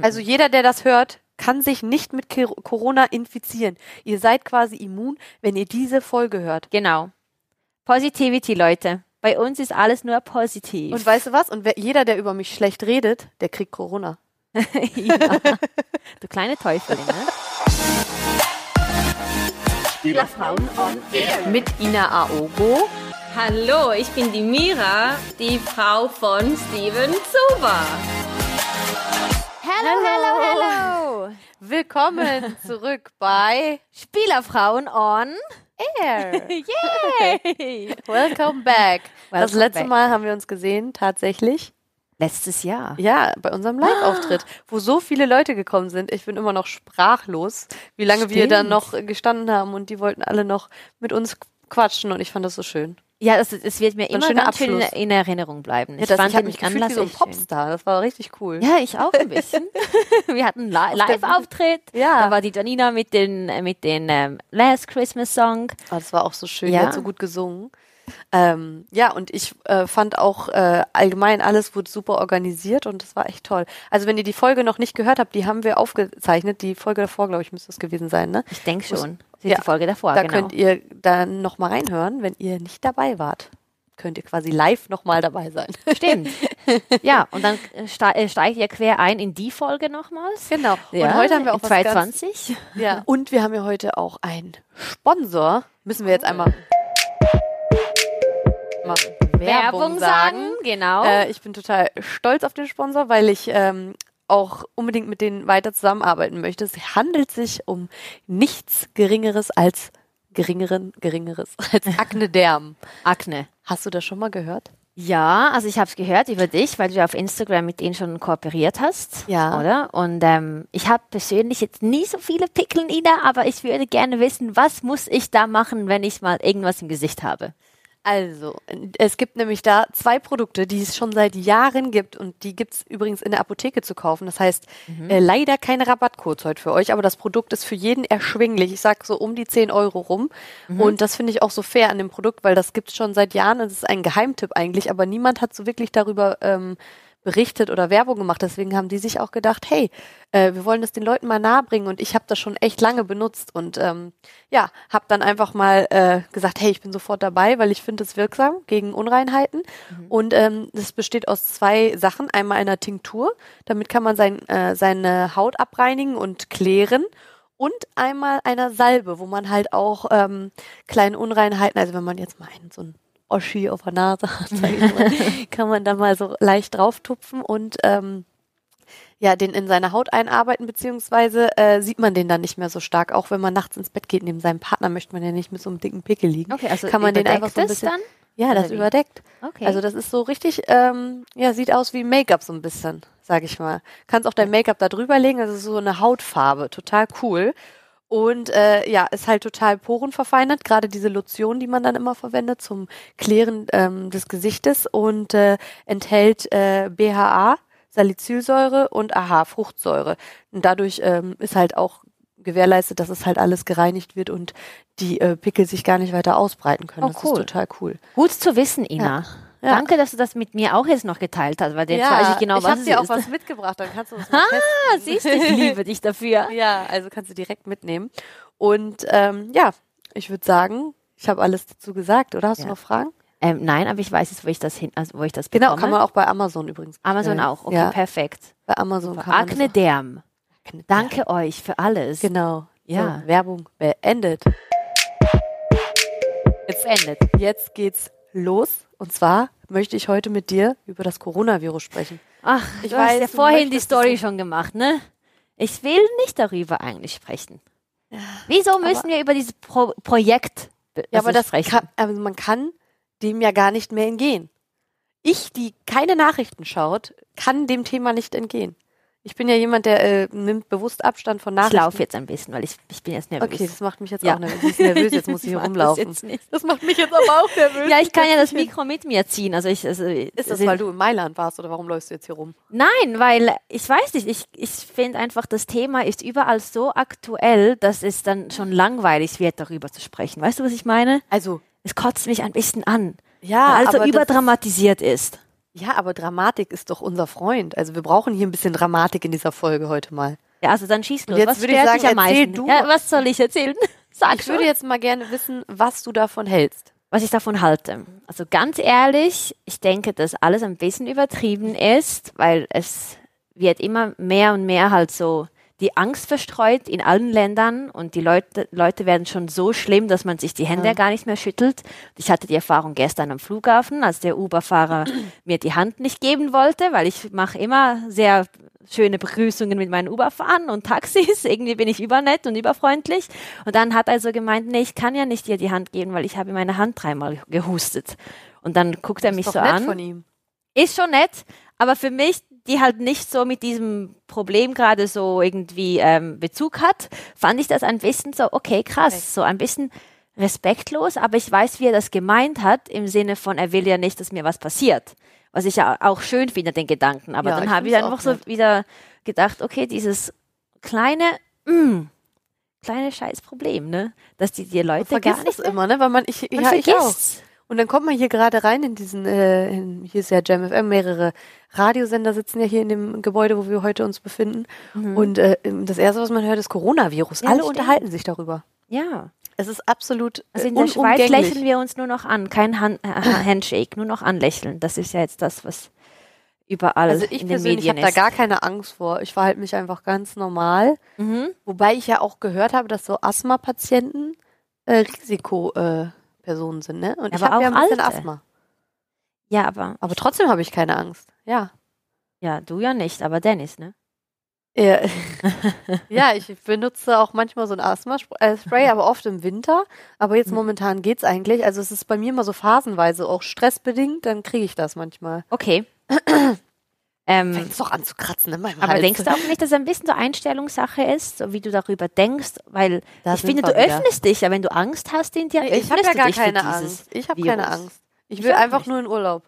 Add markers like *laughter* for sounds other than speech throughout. Also jeder, der das hört, kann sich nicht mit Ki- Corona infizieren. Ihr seid quasi immun, wenn ihr diese Folge hört. Genau. Positivity, Leute. Bei uns ist alles nur positiv. *laughs* Und weißt du was? Und wer, jeder, der über mich schlecht redet, der kriegt Corona. ja. Du kleine Teufelin, ne? Spielerfrauen on Air mit Ina Aogo. Hallo, ich bin die Mira, die Frau von Steven Zuber. Hello, hello, hello. *laughs* Willkommen zurück bei Spielerfrauen on. *laughs* Air. Yay. Welcome back. das Welcome letzte back. Mal haben wir uns gesehen, tatsächlich. Letztes Jahr. Ja, bei unserem *gasps* Live-Auftritt, wo so viele Leute gekommen sind. Ich bin immer noch sprachlos, wie lange wir Stimmt. da noch äh, gestanden haben und die wollten alle noch mit uns quatschen und ich fand das so schön. Ja, das, das wird mir ein immer schöner ganz schön in, Abschluss. in Erinnerung bleiben. Ja, das, ich den habe mich gefühlt wie so ein echt schön. Popstar. Das war richtig cool. Ja, ich auch ein bisschen. *laughs* Wir hatten Li Live-Auftritt. Ja. Da war die Janina mit den, äh, mit den ähm, Last Christmas Song. Ah, das war auch so schön, Ja. er hat so gut gesungen. Ähm, ja, und ich äh, fand auch äh, allgemein, alles wurde super organisiert und das war echt toll. Also wenn ihr die Folge noch nicht gehört habt, die haben wir aufgezeichnet. Die Folge davor, glaube ich, müsste das gewesen sein, ne? Ich denke schon. Das ist Ja. die Folge davor, da genau. könnt ihr dann nochmal reinhören, wenn ihr nicht dabei wart. Könnt ihr quasi live nochmal dabei sein. Stimmt. *laughs* ja, und dann äh, ste äh, steigt ihr quer ein in die Folge nochmals. Genau. *laughs* Ja, und heute haben wir auch in was ganz, 22. ja. Und wir haben ja heute auch einen Sponsor. Müssen wir jetzt einmal machen. Werbung sagen, genau. Äh, ich bin total stolz auf den Sponsor, weil ich ähm, auch unbedingt mit denen weiter zusammenarbeiten möchte. Es handelt sich um nichts Geringeres als geringeren, geringeres *laughs* als Akne Derm. Akne. Hast du das schon mal gehört? Ja, also ich habe es gehört über dich, weil du ja auf Instagram mit denen schon kooperiert hast. Ja. Oder? Und ähm, ich habe persönlich jetzt nie so viele Pickeln, Ida, aber ich würde gerne wissen, was muss ich da machen, wenn ich mal irgendwas im Gesicht habe? Also, es gibt nämlich da zwei Produkte, die es schon seit Jahren gibt und die gibt's übrigens in der Apotheke zu kaufen. Das heißt, äh, leider keine Rabattcodes heute für euch, aber das Produkt ist für jeden erschwinglich. Ich sag so um die 10 Euro rum. Und das finde ich auch so fair an dem Produkt, weil das gibt's schon seit Jahren und es ist ein Geheimtipp eigentlich, aber niemand hat so wirklich darüber ähm, berichtet oder Werbung gemacht. Deswegen haben die sich auch gedacht, hey, äh, wir wollen das den Leuten mal nahe bringen und ich habe das schon echt lange benutzt und ähm, ja, habe dann einfach mal äh, gesagt, hey, ich bin sofort dabei, weil ich finde es wirksam gegen Unreinheiten und ähm, das besteht aus zwei Sachen. Einmal einer Tinktur, damit kann man sein, äh, seine Haut abreinigen und klären und einmal einer Salbe, wo man halt auch ähm, kleine Unreinheiten, also wenn man jetzt mal einen, so einen Oschi auf der Nase hat, sag ich *laughs* mal, kann man da mal so leicht drauf tupfen und ähm, ja, den in seine Haut einarbeiten, beziehungsweise äh, sieht man den dann nicht mehr so stark. Auch wenn man nachts ins Bett geht, neben seinem Partner möchte man ja nicht mit so einem dicken Pickel liegen. also kann man den einfach so ein bisschen. Ja, also das Oder wie? überdeckt. Okay. Also das ist so richtig, ähm, ja, sieht aus wie Make-up so ein bisschen, sag ich mal. Kannst auch dein Make-up da drüber legen, also so eine Hautfarbe, total cool. Und äh, ja, ist halt total porenverfeinert, gerade diese Lotion, die man dann immer verwendet zum Klären ähm, des Gesichtes und äh, enthält äh, BHA, Salicylsäure und AHA, Fruchtsäure. Und dadurch ähm, ist halt auch gewährleistet, dass es halt alles gereinigt wird und die äh, Pickel sich gar nicht weiter ausbreiten können. Oh, das cool. ist total cool. Gut zu wissen, Ina. Ja. Danke, dass du das mit mir auch jetzt noch geteilt hast, weil jetzt weiß ich genau, was hab es dir auch ist. was mitgebracht, dann kannst du das mal *laughs* ah, testen. siehst du, ich liebe dich dafür. Ja, also kannst du direkt mitnehmen. Und ähm, ja, ich würde sagen, ich habe alles dazu gesagt, oder? Hast du Ja. noch Fragen? Ähm, nein, aber ich weiß jetzt, wo ich das hin, also wo ich das Genau, bekomme. kann man auch bei Amazon übrigens. Amazon bestellen. auch. Okay, ja, perfekt. bei Amazon kann man Akne das Derm. auch. Danke euch für alles. Genau. Ja. So, Werbung beendet. Jetzt endet. Jetzt geht's los. Und zwar möchte ich heute mit dir über das Coronavirus sprechen. Ach, Ich ich du weiß, weiß, hast ja du vorhin die möchtest Story es schon gemacht, ne? Ich will nicht darüber eigentlich sprechen. Wieso müssen wir über dieses Pro Projekt be- Ja, aber also das kann, also man kann dem ja gar nicht mehr entgehen. Ich, die keine Nachrichten schaut, kann dem Thema nicht entgehen. Ich bin ja jemand, der äh, nimmt bewusst Abstand von Ich Nachrichten. laufe jetzt ein bisschen, weil ich, ich bin jetzt nervös. Okay, das macht mich jetzt Ja. auch nervös. Ich bin nervös, jetzt *laughs* muss ich hier mag das rumlaufen. jetzt nicht. Das macht mich jetzt aber auch nervös. Ja, ich kann ja das Mikro mit mir ziehen. Also ich, also Ist das, weil du in Mailand warst oder warum läufst du jetzt hier rum? Nein, weil ich weiß nicht, ich, ich finde einfach, das Thema ist überall so aktuell, dass es dann schon langweilig wird, darüber zu sprechen. Weißt du, was ich meine? Also, Es kotzt mich ein bisschen an, ja, weil es so aber das- überdramatisiert ist. Ja, aber Dramatik ist doch unser Freund. Also wir brauchen hier ein bisschen Dramatik in dieser Folge heute mal. Ja, also dann schieß los. jetzt was würde ich stört sagen, dich am erzähl meisten? du. Ja, was soll ich erzählen? *laughs* Sag Ich würde jetzt mal gerne wissen, was du davon hältst. was ich davon halte. Also ganz ehrlich, ich denke, dass alles ein bisschen übertrieben ist, weil es wird immer mehr und mehr halt so die Angst verstreut in allen Ländern und die Leute, Leute werden schon so schlimm, dass man sich die Hände gar nicht mehr schüttelt. Ich hatte die Erfahrung gestern am Flughafen, als der *clears throat* Uber-Fahrer mir die Hand nicht geben wollte, weil ich mache immer sehr schöne Begrüßungen mit meinen Uber-Fahrern und Taxis. *laughs* Irgendwie bin ich übernett und überfreundlich. Und dann hat er so gemeint, nee, ich kann ja nicht dir die Hand geben, weil ich habe meine Hand dreimal gehustet. Und dann guckt er mich Ist so doch nett an von ihm. ist schon nett, aber für mich, die halt nicht so mit diesem Problem gerade so irgendwie ähm, Bezug hat, fand ich das ein bisschen so, okay, krass, so ein bisschen respektlos, aber ich weiß, wie er das gemeint hat, im Sinne von, er will ja nicht, dass mir was passiert. Was ich ja auch schön finde, den Gedanken. Aber Ja, dann ich habe ich find's einfach auch so nett. wieder gedacht, okay, dieses kleine, mm, kleine Scheißproblem, ne? Dass die dir Man Leute gar vergisst nicht das immer, ne? Weil man, ich, man ja, ich auch. vergisst's. Und dann kommt man hier gerade rein in diesen, äh, in, hier ist ja Jam FM, mehrere Radiosender sitzen ja hier in dem Gebäude, wo wir heute uns befinden. Und äh, das Erste, was man hört, ist Coronavirus. Mhm. Ja, Alle stimmt. unterhalten sich darüber. Ja. Es ist absolut Also äh, in der Schweiz unumgänglich. lächeln wir uns nur noch an, kein Han äh, *laughs* Handshake, nur noch anlächeln. Das ist ja jetzt das, was überall Also ich in den persönlich Medien habe da ist. gar keine Angst vor. Ich verhalte mich einfach ganz normal. Mhm. Wobei ich ja auch gehört habe, dass so Asthma-Patienten äh, Risikopersonen äh, Personen sind, ne? Und Ja, ich aber habe ja auch ein bisschen Alte. Asthma. ja, aber Aber trotzdem habe ich keine Angst. Ja. ja, du ja nicht, aber Dennis, ne? Ja, *laughs* ja ich benutze auch manchmal so ein Asthma-Spray, aber oft im Winter. Aber jetzt momentan geht's eigentlich. Also es ist bei mir immer so phasenweise, auch stressbedingt, dann kriege ich das manchmal. *clears throat* Okay. Fängt ähm, es doch an zu kratzen in meinem aber Hals. denkst du auch nicht, dass es ein bisschen so Einstellungssache ist, so wie du darüber denkst? Weil Da ich sind finde, wir du wieder. öffnest dich, ja, wenn du Angst hast, den dir öffnest Ich habe ja du gar dich für keine dieses Angst. Ich habe Virus. keine Angst. Ich Ich will auch einfach nicht. nur in Urlaub.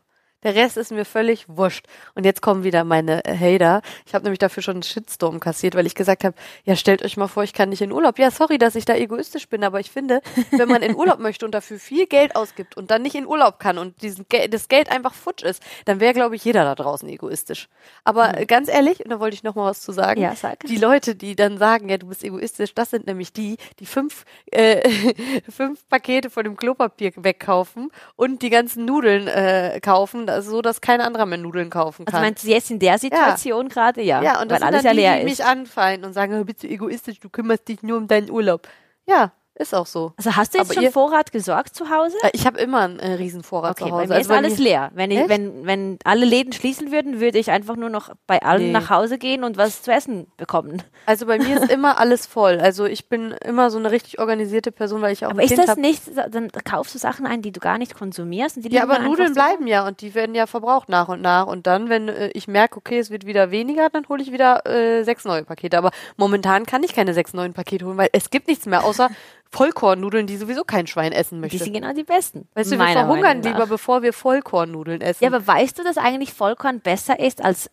Der Rest ist mir völlig wurscht. Und jetzt kommen wieder meine äh, Hater. Ich habe nämlich dafür schon einen Shitstorm kassiert, weil ich gesagt habe, ja, stellt euch mal vor, ich kann nicht in Urlaub. Ja, sorry, dass ich da egoistisch bin, aber ich *laughs* finde, wenn man in Urlaub möchte und dafür viel Geld ausgibt und dann nicht in Urlaub kann und diesen Ge das Geld einfach futsch ist, dann wäre, glaube ich, jeder da draußen egoistisch. Aber äh, ganz ehrlich, und da wollte ich noch mal was zu sagen. Mhm. Ja, sag. Die Leute, die dann sagen, ja, du bist egoistisch, das sind nämlich die, die fünf, äh, *laughs* fünf Pakete von dem Klopapier wegkaufen und die ganzen Nudeln äh, kaufen, da- so dass kein anderer mehr Nudeln kaufen Also kann. meinst du jetzt in der Situation gerade, ja, ja, und das sind weil alles dann ja die, leer die ist. mich anfallen und sagen, bist du egoistisch, du kümmerst dich nur um deinen Urlaub. Ja, ist auch so. Also hast du jetzt Aber schon ihr- Vorrat gesorgt zu Hause? Äh, Ich habe immer einen äh, riesen Vorrat Okay, zu bei Hause. Also mir ist alles leer. Also Wenn, ich, Echt? wenn, wenn alle Läden schließen würden, würde ich einfach nur noch bei allen Nee. nach Hause gehen und was zu essen bekommen. also bei mir ist immer alles voll. Also ich bin immer so eine richtig organisierte Person, weil ich ja auch Aber ein ist kind das hab. nicht, so- dann kaufst du Sachen ein, die du gar nicht konsumierst? Und die Ja, liegen aber dann einfach Nudeln so- bleiben ja und die werden ja verbraucht nach und nach. Und dann, wenn äh, ich merke, okay, es wird wieder weniger, dann hole ich wieder äh, sechs neue Pakete. Aber momentan kann ich keine sechs neuen Pakete holen, weil es gibt nichts mehr *laughs* außer Vollkornnudeln, die sowieso kein Schwein essen Die möchte. sind genau die besten. Weißt du, wir meiner verhungern Meinung nach. *laughs* lieber, bevor wir Vollkornnudeln essen. Ja, aber weißt du, dass eigentlich Vollkorn besser ist als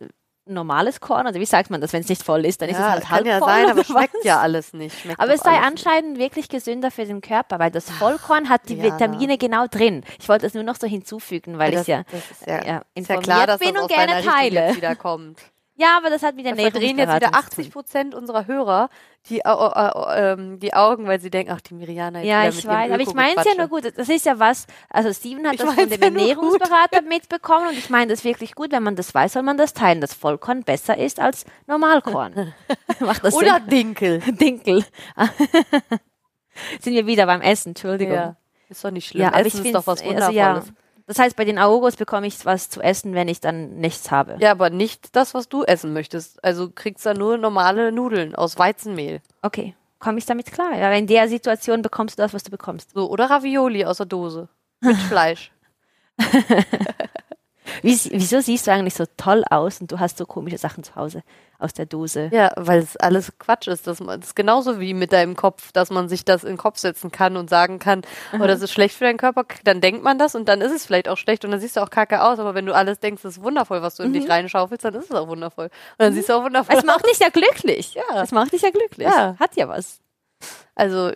normales Korn? Also wie sagt man das, wenn es nicht voll ist? Dann ist es Ja, halt halb kann ja voll sein, aber oder schmeckt was? ja alles nicht. Schmeckt Aber doch es sei alles anscheinend wirklich gesünder für den Körper, weil das Vollkorn hat die Diana. Vitamine genau drin. Ich wollte es nur noch so hinzufügen, weil nicht. ich ja, das ist ja, ja, ist ja informiert klar, dass bin das und aus gerne deiner Richtung teile. jetzt wieder kommt. Ja, aber das hat mit der Wir drehen jetzt wieder 80 Prozent unserer Hörer die, Au- Au- Au- ähm, die Augen, weil sie denken, ach, die Miriana ist Ja, wieder ich mit weiß. ihrem Aber ich meine es ja nur gut. Das ist ja was. Also Steven hat Ich das von mein's dem ja nur Ernährungsberater mitbekommen und ich meine das wirklich gut. Wenn man das weiß, soll man das teilen, dass Vollkorn besser ist als *laughs* Normalkorn. *laughs* Macht das Oder Dinkel. Sinn? Dinkel. Sind wir wieder beim Essen, *laughs* Entschuldigung. Ja. Ist doch nicht schlimm. aber Essen ist find's- doch was also Wundervolles. ja. ja. Das heißt, bei den Aogos bekomme ich was zu essen, wenn ich dann nichts habe. aber nicht das, was du essen möchtest. Also kriegst da nur normale Nudeln aus Weizenmehl. Okay, komme ich damit klar? Ja, in der Situation bekommst du das, was du bekommst. So, oder Ravioli aus der Dose. *laughs* Mit Fleisch. Wie, wieso siehst du eigentlich so toll aus und du hast so komische Sachen zu Hause aus der Dose? Ja, weil es alles Quatsch ist. Dass man, das ist genauso wie mit deinem Kopf, dass man sich das in den Kopf setzen kann und sagen kann, oh, das ist schlecht für deinen Körper. Dann denkt man das und dann ist es vielleicht auch schlecht und dann siehst du auch kacke aus. Aber wenn du alles denkst, es ist wundervoll, was du in dich reinschaufelst, dann ist es auch wundervoll. Und dann siehst du auch wundervoll Es macht dich ja glücklich. Ja. Es macht dich ja glücklich. Ja. Hat ja was. Also,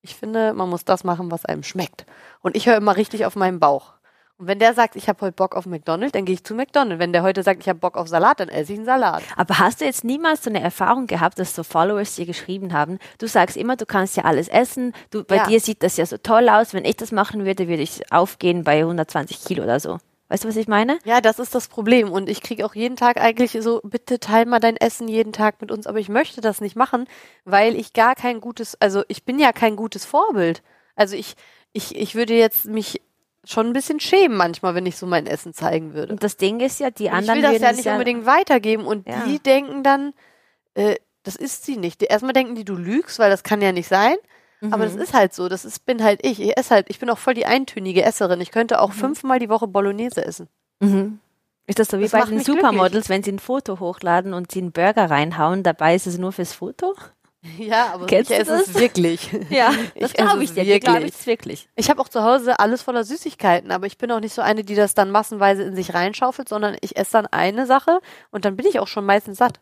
ich finde, man muss das machen, was einem schmeckt. Und ich höre immer richtig auf meinen Bauch. Und wenn der sagt, ich habe heute Bock auf McDonald's, dann gehe ich zu McDonald's. Wenn der heute sagt, ich habe Bock auf Salat, dann esse ich einen Salat. Aber hast du jetzt niemals so eine Erfahrung gehabt, dass so Followers dir geschrieben haben, du sagst immer, du kannst ja alles essen, du, bei Ja. dir sieht das ja so toll aus, wenn ich das machen würde, würde ich aufgehen bei 120 Kilo oder so. Weißt du, was ich meine? Ja, das ist das Problem. Und ich kriege auch jeden Tag eigentlich so, bitte teil mal dein Essen jeden Tag mit uns. Aber ich möchte das nicht machen, weil ich gar kein gutes, also ich bin ja kein gutes Vorbild. Also ich, ich, ich würde jetzt mich schon ein bisschen schämen manchmal, wenn ich so mein Essen zeigen würde. Und das Ding ist ja, die Und ich anderen will das würden ja es nicht unbedingt weitergeben. Und Ja. die denken dann, äh, das ist sie nicht. Die- Erstmal denken die, du lügst, weil das kann ja nicht sein. Mhm. Aber das ist halt so. Das ist, bin halt ich. Ich esse halt, ich bin auch voll die eintönige Esserin. Ich könnte auch fünfmal die Woche Bolognese essen. Mhm. Ist das so wie Das bei macht den mich Supermodels, wenn sie ein Foto hochladen und sie einen Burger reinhauen, dabei ist es nur fürs Foto? Ja, aber Kennst ich du esse es das? wirklich. *laughs* Ja, das das glaub glaube ich ich also dir, die dir. glaub Wirklich. Glaub ich's ich's wirklich. Ich habe auch zu Hause alles voller Süßigkeiten, aber ich bin auch nicht so eine, die das dann massenweise in sich reinschaufelt, sondern ich esse dann eine Sache und dann bin ich auch schon meistens satt.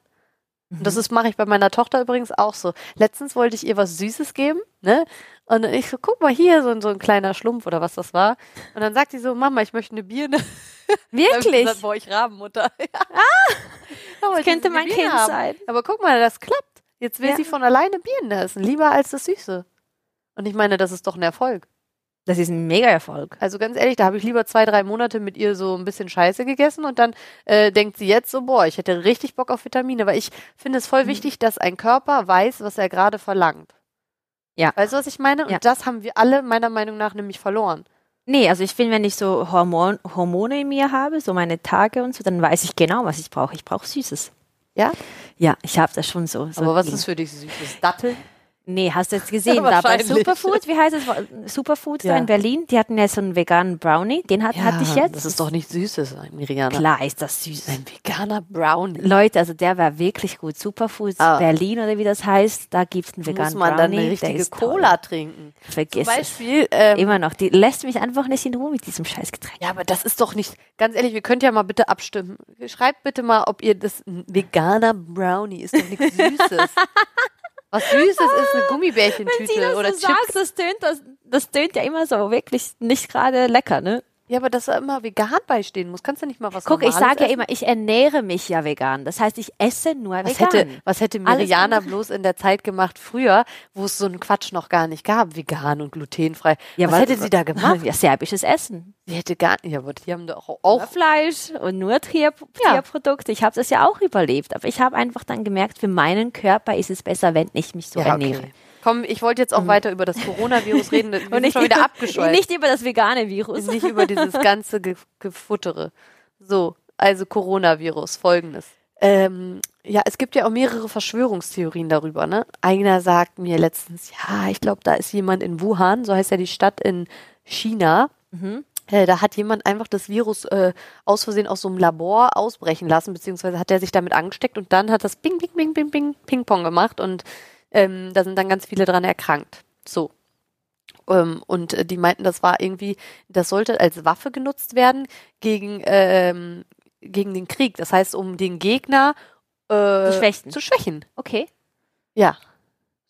Und das ist mache ich bei meiner Tochter übrigens auch so. Letztens wollte ich ihr was Süßes geben, ne? Und dann ich so, guck mal hier, so, ein- so ein kleiner Schlumpf oder was das war. Und dann sagt sie so, Mama, ich möchte eine Birne. *laughs* Dann hab ich gesagt, Boah, ich Rabenmutter. *laughs* Ja. Aber könnte mein Kind sein. Aber guck mal, das klappt. Jetzt will Ja. sie von alleine Birnen essen, lieber als das Süße. Und ich meine, das ist doch ein Erfolg. Das ist ein Mega-Erfolg. Also ganz ehrlich, da habe ich lieber zwei, drei Monate mit ihr so ein bisschen Scheiße gegessen und dann äh, denkt sie jetzt so, boah, ich hätte richtig Bock auf Vitamine, weil ich finde es voll Mhm. wichtig, dass ein Körper weiß, was er gerade verlangt. Ja. Weißt du, was ich meine? Und Ja. das haben wir alle meiner Meinung nach nämlich verloren. Nee, also ich finde, wenn ich so Hormon Hormone in mir habe, so meine Tage und so, dann weiß ich genau, was ich brauche. Ich brauche Süßes. Ja? Ja, ich habe das schon so. so Aber was Ding. ist für dich süßes Datteln? Nee, hast du *laughs* jetzt gesehen, da bei Wahrscheinlich. Superfood, wie heißt es? Superfood da Ja. in Berlin, die hatten ja so einen veganen Brownie, den hat, hatte ich jetzt. Das ist doch nicht süßes, Miriana. Klar ist das süß. Ein veganer Brownie. Leute, also der war wirklich gut. Superfoods Ah. Berlin oder wie das heißt, da gibt's einen Muss veganen man dann Brownie. eine der richtige ist toll. Cola trinken. Zum Vergiss es. Beispiel, ähm, Immer noch. Die lässt mich einfach nicht in Ruhe mit diesem scheiß Getränk. Ja, aber das ist doch nicht. Ganz ehrlich, wir könnt ja mal bitte abstimmen. Schreibt bitte mal, ob ihr das ein veganer Brownie ist doch nichts *laughs* Süßes. Was Süßes ist eine Gummibärchentüte oder Chips. das tönt, das, das tönt ja immer so wirklich nicht gerade lecker, ne? Ja, aber dass da immer vegan beistehen muss. Kannst du nicht mal was Guck, ich Normales sage ja essen? immer, ich ernähre mich ja vegan. Das heißt, ich esse nur Was vegan. hätte, was hätte Alles Miriana andere- bloß in der Zeit gemacht früher, wo es so einen Quatsch noch gar nicht gab, vegan und glutenfrei? Ja, was wa- hätte sie *laughs* da gemacht? Ja, serbisches Essen. Sie hätte gar nicht, ja, aber die haben doch auch, Nur Fleisch und nur Tier, Ja. Tierprodukte. Ich habe das ja auch überlebt. Aber ich habe einfach dann gemerkt, für meinen Körper ist es besser, wenn ich mich so ja, ernähre. okay. Komm, ich wollte jetzt Mhm. auch weiter über das Coronavirus reden. *laughs* Wir sind schon wieder abgeschweift. Mhm. Nicht über das vegane Virus. nicht über dieses ganze Ge Gefuttere. So, also Coronavirus, folgendes. Ähm, ja, es gibt ja auch mehrere Verschwörungstheorien darüber, ne? Einer sagt mir letztens, ja, ich glaube, da ist jemand in Wuhan, so heißt ja die Stadt in China. Äh, Da hat jemand einfach das Virus äh, aus Versehen aus so einem Labor ausbrechen lassen, beziehungsweise hat er sich damit angesteckt und dann hat das Bing, Bing, Bing, Bing, Bing, Ping-Pong gemacht und ähm, da sind dann ganz viele dran erkrankt. So. Ähm, und äh, die meinten, das war irgendwie, das sollte als Waffe genutzt werden gegen, ähm, gegen den Krieg. Das heißt, um den Gegner äh, Zu schwächen. zu schwächen. Okay. Ja.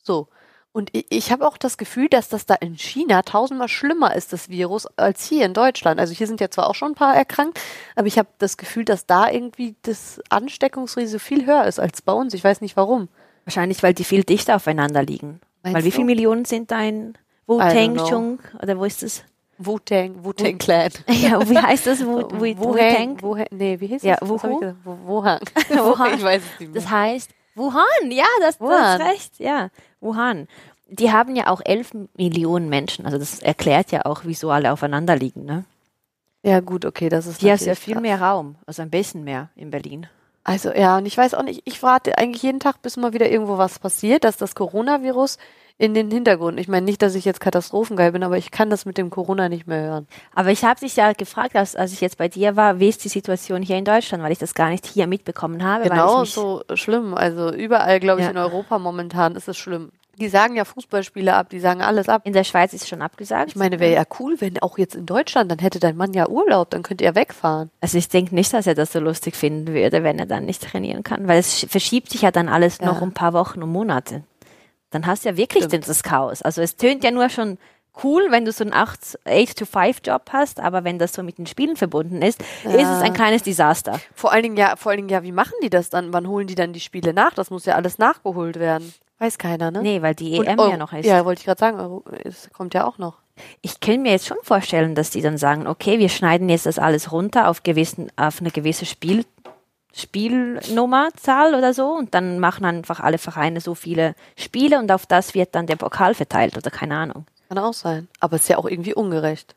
So. Und ich, ich habe auch das Gefühl, dass das da in China tausendmal schlimmer ist, das Virus, als hier in Deutschland. Also hier sind ja zwar auch schon ein paar erkrankt, aber ich habe das Gefühl, dass da irgendwie das Ansteckungsrisiko viel höher ist als bei uns. Ich weiß nicht warum. Wahrscheinlich, weil die viel dichter aufeinander liegen. Meinst weil wie du? viele Millionen sind da in I Wu-Tang, don't know. Chung oder wo ist das? *laughs* Wu-Tang, Wu-Tang Clan. Ja, wie heißt das? *laughs* Wu- Wu- Wu-Tang? Wu-Tang? Wu nee, wie hieß Ja, das? Was hab Wuhu? ich gesagt? Wu- *laughs* Wuhan. Wuhan. Ich weiß es nicht mehr. Das heißt Wuhan, ja, das, Wuhan. das ist recht, ja, Wuhan. Die haben ja auch 11 Millionen Menschen, also das erklärt ja auch, wieso alle aufeinander liegen, ne? Ja, gut, okay, das ist Die haben ja natürlich viel krass. mehr Raum, also ein bisschen mehr in Berlin. Also, ja, und ich weiß auch nicht, ich warte eigentlich jeden Tag, bis mal wieder irgendwo was passiert, dass das Coronavirus in den Hintergrund. Ich meine nicht, dass ich jetzt katastrophengeil bin, aber ich kann das mit dem Corona nicht mehr hören. Aber ich habe dich ja gefragt, als, als ich jetzt bei dir war, wie ist die Situation hier in Deutschland, weil ich das gar nicht hier mitbekommen habe. weil Genau ich mich, so schlimm. Also überall, glaube ich, Ja. in Europa momentan ist es schlimm. Die sagen ja Fußballspiele ab, die sagen alles ab. In der Schweiz ist schon abgesagt. Ich meine, wäre ja cool, wenn auch jetzt in Deutschland, dann hätte dein Mann ja Urlaub, dann könnt ihr wegfahren. Also ich denke nicht, dass er das so lustig finden würde, wenn er dann nicht trainieren kann, weil es sch- verschiebt sich ja dann alles Ja. noch um ein paar Wochen und Monate. um Dann hast du ja wirklich Stimmt. das Chaos. Also es tönt ja nur schon cool, wenn du so einen 8-to-5-Job hast, aber wenn das so mit den Spielen verbunden ist, ist es ein kleines Desaster. Vor allen Dingen, ja, vor allen Dingen, ja, wie machen die das dann? Wann holen die dann die Spiele nach? Das muss ja alles nachgeholt werden. Weiß keiner, ne? Nee, weil die EM Euro- oh, ja noch ist. Ja, wollte ich gerade sagen, Euro, es kommt ja auch noch. Ich kann mir jetzt schon vorstellen, dass die dann sagen, okay, wir schneiden jetzt das alles runter auf, gewissen, auf eine gewisse Spiel, Spielnummerzahl oder so und dann machen einfach alle Vereine so viele Spiele und auf das wird dann der Pokal verteilt oder keine Ahnung. Kann auch sein. Aber es ist ja auch irgendwie ungerecht.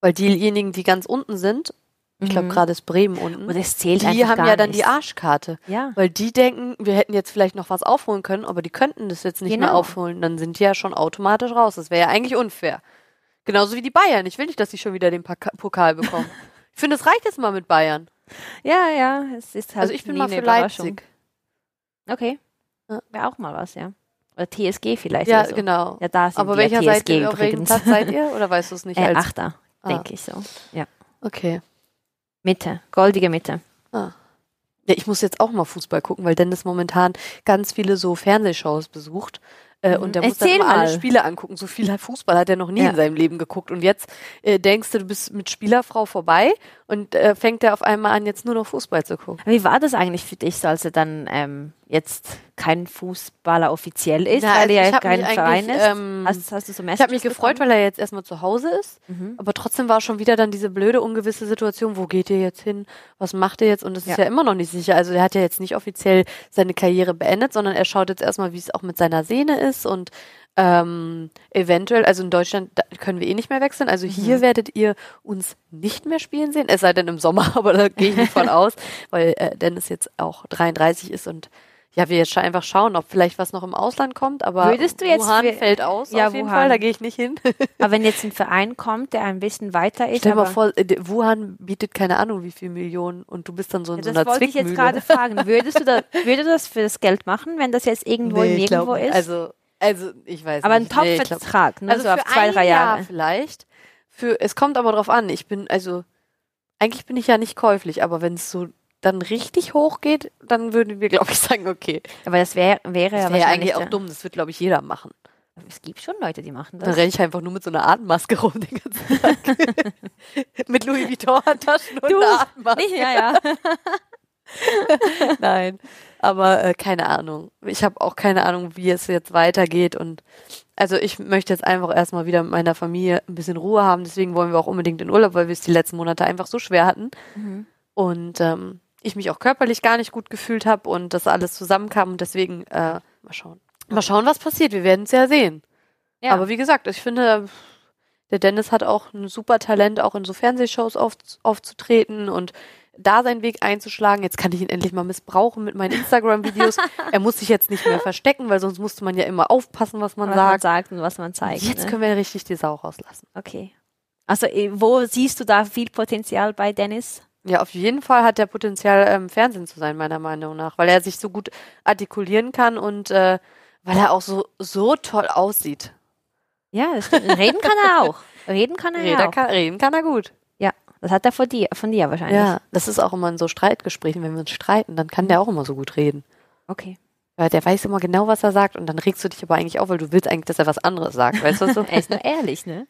Weil diejenigen, die ganz unten sind, ich Mhm. glaube gerade ist Bremen unten, Und es zählt Mhm. die einfach haben gar ja dann die nichts. Arschkarte. Ja. Weil die denken, wir hätten jetzt vielleicht noch was aufholen können, aber die könnten das jetzt nicht mehr Genau. aufholen. Dann sind die ja schon automatisch raus. Das wäre ja eigentlich unfair. Genauso wie die Bayern. Ich will nicht, dass die schon wieder den Paka- Pokal *laughs* bekommen. ich finde, es reicht jetzt mal mit Bayern. Ja, ja, es ist halt Also ich bin nie mal eine für Überraschung. Leipzig. Okay. Ja. Wäre auch mal was, ja. Oder TSG vielleicht. Ja, oder so. genau. Ja, da sind aber die ja welcher TSG seid ihr, übrigens. auf welchem Platz seid *laughs* ihr? Oder weißt du es nicht? Äh, als, Achter, Ah. denke ich so. Okay. Ah. Mitte, goldige Mitte. Ja, ich muss jetzt auch mal Fußball gucken, weil Dennis momentan ganz viele so Fernsehshows besucht. Äh, und der muss dann Erzähl immer alle mal. Spiele angucken. So viel Fußball hat er noch nie Ja. in seinem Leben geguckt. Und jetzt äh, denkst du, du bist mit Spielerfrau vorbei und äh, fängt er auf einmal an, jetzt nur noch Fußball zu gucken. Wie war das eigentlich für dich, so als er dann ähm, jetzt kein Fußballer offiziell ist, Na, weil also er ich ja hab mich kein Verein eigentlich, ist? ähm, hast, hast du so Ich habe mich gefreut, weil er jetzt erstmal zu Hause ist. Mhm. Aber trotzdem war schon wieder dann diese blöde, ungewisse Situation, wo geht ihr jetzt hin? Was macht ihr jetzt? Und das ist Ja. ja immer noch nicht sicher. Also er hat ja jetzt nicht offiziell seine Karriere beendet, sondern er schaut jetzt erstmal, wie es auch mit seiner Sehne ist und ähm, eventuell, also in Deutschland da können wir eh nicht mehr wechseln. Mhm. Also hier werdet ihr uns nicht mehr spielen sehen. Es sei denn im Sommer, *laughs* aber da gehe ich nicht von aus, weil äh, Dennis jetzt auch 33 ist und ja, wir jetzt scha- einfach schauen, ob vielleicht was noch im Ausland kommt, aber Würdest du jetzt Wuhan für- fällt aus Ja, auf jeden Wuhan. Fall, da gehe ich nicht hin. Aber wenn jetzt ein Verein kommt, der ein bisschen weiter ist, Stell dir aber mal vor, äh, der- Wuhan bietet keine Ahnung wie viel Millionen und du bist dann so in Ja, so das einer wollte ich Zwickmühle. jetzt gerade fragen. Würdest *laughs* du da, würde das für das Geld machen, wenn das jetzt irgendwo Nee, ich glaub nirgendwo nicht. ist? Also, also ich weiß aber ein nicht. Nee, ich glaub- Top-Vertrag, ne? so auf Also für zwei, ein drei Jahr Jahre. vielleicht. Für, es kommt aber drauf an. Ich bin, also, eigentlich bin ich ja nicht käuflich, aber wenn es so dann richtig hoch geht, dann würden wir, glaube ich, sagen, okay. Aber das wär, Das wäre ja wäre ja wahrscheinlich. eigentlich auch dumm, das wird, glaube ich, jeder machen. Es gibt schon Leute, die machen Dann das. renne ich einfach nur mit so einer Atemmaske rum den ganzen *laughs* Tag. *laughs* mit Louis Vuitton-Taschen und Du, einer Atemmaske. Nicht, ja, ja. *laughs* Nein, aber äh, keine Ahnung. Ich habe auch keine Ahnung, wie es jetzt weitergeht. Und also ich möchte jetzt einfach erstmal wieder mit meiner Familie ein bisschen Ruhe haben. Deswegen wollen wir auch unbedingt in Urlaub, weil wir es die letzten Monate einfach so schwer hatten. Und ähm, ich mich auch körperlich gar nicht gut gefühlt habe und das alles zusammenkam. Und deswegen, äh, mal schauen. Mal schauen, was passiert. Wir werden es ja sehen. Ja. Aber wie gesagt, ich finde, der Dennis hat auch ein super Talent, auch in so Fernsehshows auf, aufzutreten und da seinen Weg einzuschlagen. Jetzt kann ich ihn endlich mal missbrauchen mit meinen Instagram-Videos. er muss sich jetzt nicht mehr verstecken, weil sonst musste man ja immer aufpassen, was man was man sagt. sagt und was man zeigt. Jetzt ne? können wir richtig die Sau rauslassen. Okay. Also, äh, eh, wo siehst du da viel Potenzial bei Dennis? Ja, auf jeden Fall hat er Potenzial, ähm, Fernsehen zu sein, meiner Meinung nach, weil er sich so gut artikulieren kann und äh, weil er auch so, so toll aussieht. Ja, das stimmt. Reden kann er auch. Reden kann er Reden auch. kann, reden kann er gut. ja, das hat er von dir, von dir wahrscheinlich. Ja, das ist auch immer in so Streitgesprächen, wenn wir uns streiten, dann kann der auch immer so gut reden. Okay. Weil der weiß immer genau, was er sagt und dann regst du dich aber eigentlich auf, weil du willst eigentlich, dass er was anderes sagt. Weißt *laughs* du was so? Er ist nur ehrlich, ne?